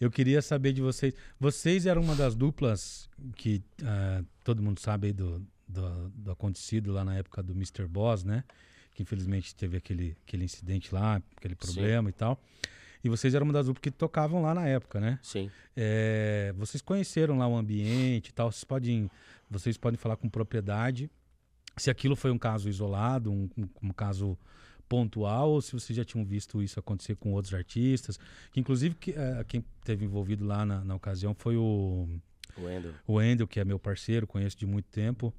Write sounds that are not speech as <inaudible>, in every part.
Eu queria saber de vocês. Vocês eram uma das duplas que ah, todo mundo sabe aí do, do, do acontecido lá na época do Mr. Boss, né? Que infelizmente teve aquele, aquele incidente lá, aquele problema e tal. E vocês eram uma das duplas que tocavam lá na época, né? Sim. É, vocês conheceram lá o ambiente e tal. Vocês podem, vocês podem falar com propriedade se aquilo foi um caso isolado, um, um- um caso pontual, ou se vocês já tinham visto isso acontecer com outros artistas. Que, inclusive, que, eh, quem teve envolvido lá na, na ocasião foi o, O Endo. o Wendel, que é meu parceiro, conheço de muito tempo.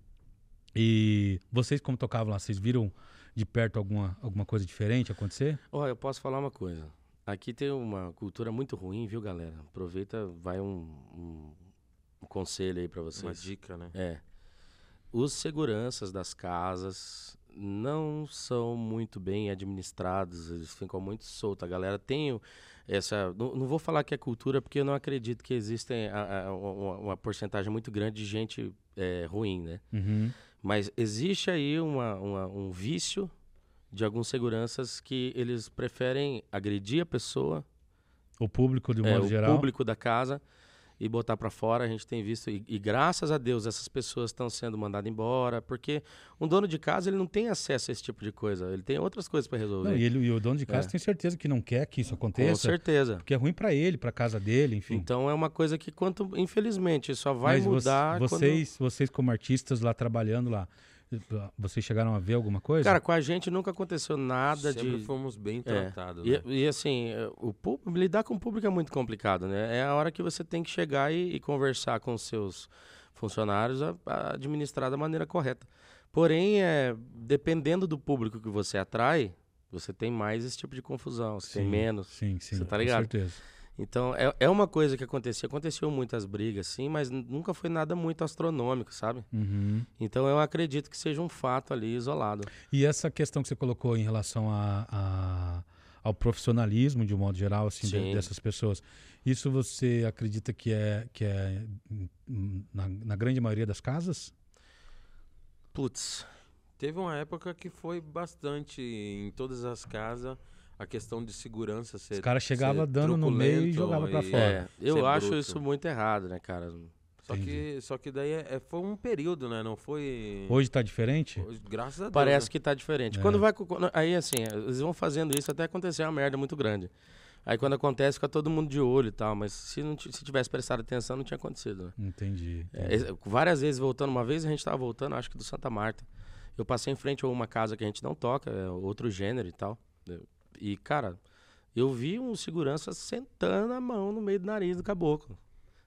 E vocês, como tocavam lá, vocês viram de perto alguma, alguma coisa diferente acontecer? Ó, eu posso falar uma coisa. Aqui tem uma cultura muito ruim, viu, galera? Aproveita, vai um, um- um conselho aí pra vocês. Uma dica, né? É. Os seguranças das casas não são muito bem administrados, eles ficam muito soltos. A galera tem o- essa. Não, não vou falar que é cultura, porque eu não acredito que existem a- a- uma, uma porcentagem muito grande de gente é, ruim, né? Uhum. Mas existe aí uma- uma- um vício de alguns seguranças que eles preferem agredir a pessoa, O público, de um é, modo o geral. público da casa, e botar pra fora. A gente tem visto, e, e graças a Deus, essas pessoas estão sendo mandadas embora, porque um dono de casa ele não tem acesso a esse tipo de coisa, ele tem outras coisas pra resolver. Não, e, ele- e o dono de casa É. tem certeza que não quer que isso Com aconteça. certeza. Porque é ruim pra ele, pra casa dele, enfim. Então é uma coisa que, quanto, infelizmente, só vai Mas vo- mudar quando- vocês, vocês como artistas lá trabalhando lá, vocês chegaram a ver alguma coisa? Cara, com a gente nunca aconteceu nada Sempre de. fomos bem tratados, E, né? e assim, eh, o público, lidar com o público é muito complicado, né? É a hora que você tem que chegar e, e conversar com os seus funcionários a, a administrar da maneira correta. Porém, é, dependendo do público que você atrai, você tem mais esse tipo de confusão, você tem Sim, menos. Sim, sim. Você tá com ligado? certeza. Então, é, é uma coisa que acontecia. Aconteceu muitas brigas, sim, mas n- nunca foi nada muito astronômico, sabe? Uhum. Então, eu acredito que seja um fato ali isolado. E essa questão que você colocou em relação a, a- ao profissionalismo, de um modo geral, assim, de- Sim. dessas pessoas, isso você acredita que é, que é hum, na, na grande maioria das casas? Putz, Teve uma época que foi bastante em todas as casas a questão de segurança ser. Os caras chegavam ser dando no meio e jogava truculento pra fora. é, ser eu acho bruto. isso muito errado, né, cara? Só que, só que daí é- é- foi um período, né? Não foi. Hoje tá diferente? Hoje, graças a Deus. né? Parece que tá diferente. Quando vai. co- quando- Aí, assim, eles vão fazendo isso até acontecer uma merda muito grande. Aí, quando acontece, fica todo mundo de olho e tal. Mas se, não ti- se tivesse prestado atenção, não tinha acontecido, né? Entendi. É, es- várias vezes voltando. Uma vez a gente tava voltando, acho que do Santa Marta. Eu passei em frente a uma casa que a gente não toca, é outro gênero e tal. Eu- E, cara, eu vi um segurança sentando a mão no meio do nariz do caboclo.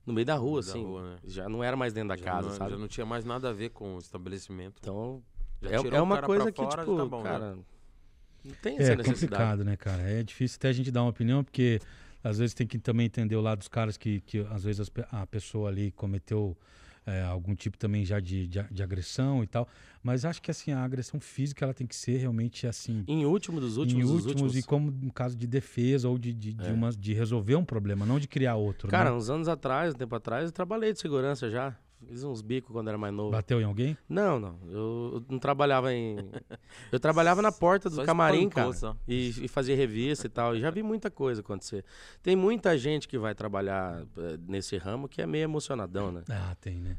No meio da rua, Da assim. rua, né? Já não era mais dentro da Já casa, não, sabe? Já não tinha mais nada a ver com o estabelecimento. Então, Já é, tirou é o uma cara pra coisa que, fora, já tipo, tá bom, né? cara, não tem essa É necessidade. complicado, né, cara? É difícil até a gente dar uma opinião, porque às vezes tem que também entender o lado dos caras que, que às vezes as pe- a pessoa ali cometeu é, algum tipo também já de, de, a- de agressão e tal. Mas acho que assim, a agressão física ela tem que ser realmente assim. Em último dos últimos, em dos últimos, últimos. É. e como um caso de defesa ou de, de, de uma, de resolver um problema, não de criar outro. né? Cara, uns anos atrás, um tempo atrás, eu trabalhei de segurança já. Fiz uns bicos quando era mais novo. bateu em alguém? Não, não. Eu não trabalhava em. Eu trabalhava na porta do <laughs> Só camarim, espancou, cara. só. E, e fazia revista e tal. E já vi muita coisa acontecer. Tem muita gente que vai trabalhar eh, nesse ramo que é meio emocionadão, né? Ah, tem, né?